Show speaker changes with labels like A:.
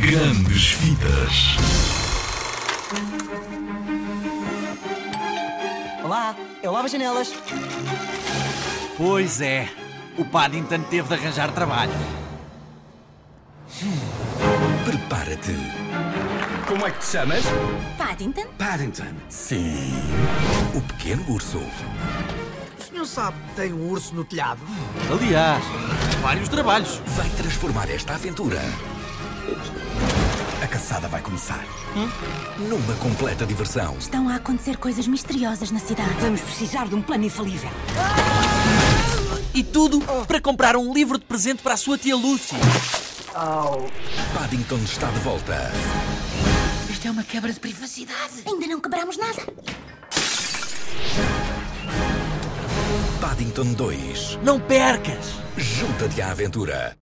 A: Grandes fitas.
B: Olá, eu lavo as janelas.
C: Pois é, o Paddington teve de arranjar trabalho.
A: Hum, Prepara-te.
D: Como é que te chamas?
E: Paddington?
D: Paddington.
A: Sim. O pequeno urso.
F: O senhor sabe que tem um urso no telhado?
C: Aliás, vários trabalhos.
A: Vai transformar esta aventura. A caçada vai começar. Numa completa diversão.
E: Estão a acontecer coisas misteriosas na cidade.
B: Vamos precisar de um plano infalível.
C: E tudo para comprar um livro de presente para a sua tia Lucy.
A: Paddington está de volta.
E: Ainda não quebramos nada.
A: Paddington 2.
C: Não percas!
A: Junta-te à aventura.